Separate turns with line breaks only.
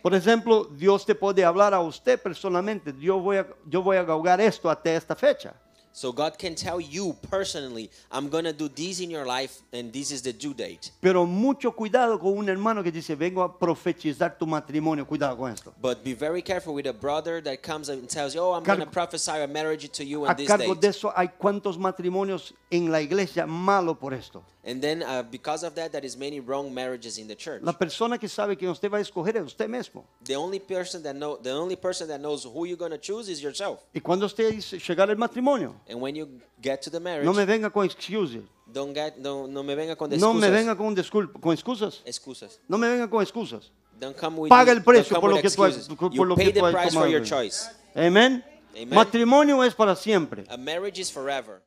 Por ejemplo, Dios te puede hablar a usted personalmente. Yo voy a, yo voy a ahogar esto hasta esta fecha.
So God can tell you personally, I'm going to do this in your life and this is the due date.
Pero mucho cuidado con un hermano que dice, vengo a profetizar tu matrimonio. Cuidado con esto.
But be very careful with a brother that comes and tells you, oh, I'm going to
Cargo-
prophesy a marriage to you
A
on this
cargo
date.
de eso hay cuantos matrimonios en la iglesia malo por esto.
And then uh, because of that, there is many wrong marriages in the church.
La persona que sabe que usted va a escoger es usted mismo.
The only person that know, the only person that knows who you're going to choose is yourself.
Y cuando usted dice llegar al matrimonio,
And when you get to the marriage,
no me venga con excuses.
don't get, no, no me venga con
No me
excusas.
venga con, disculpa, con excusas.
excusas.
No me venga con excusas.
Don't come with
Paga
the-
el precio
don't come
por lo
with
que tú has-
excuses.
por
You
lo que
pay the
tú has
price for your
tomado.
choice.
Amén.
Amen.
Matrimonio es para siempre.
A marriage is forever.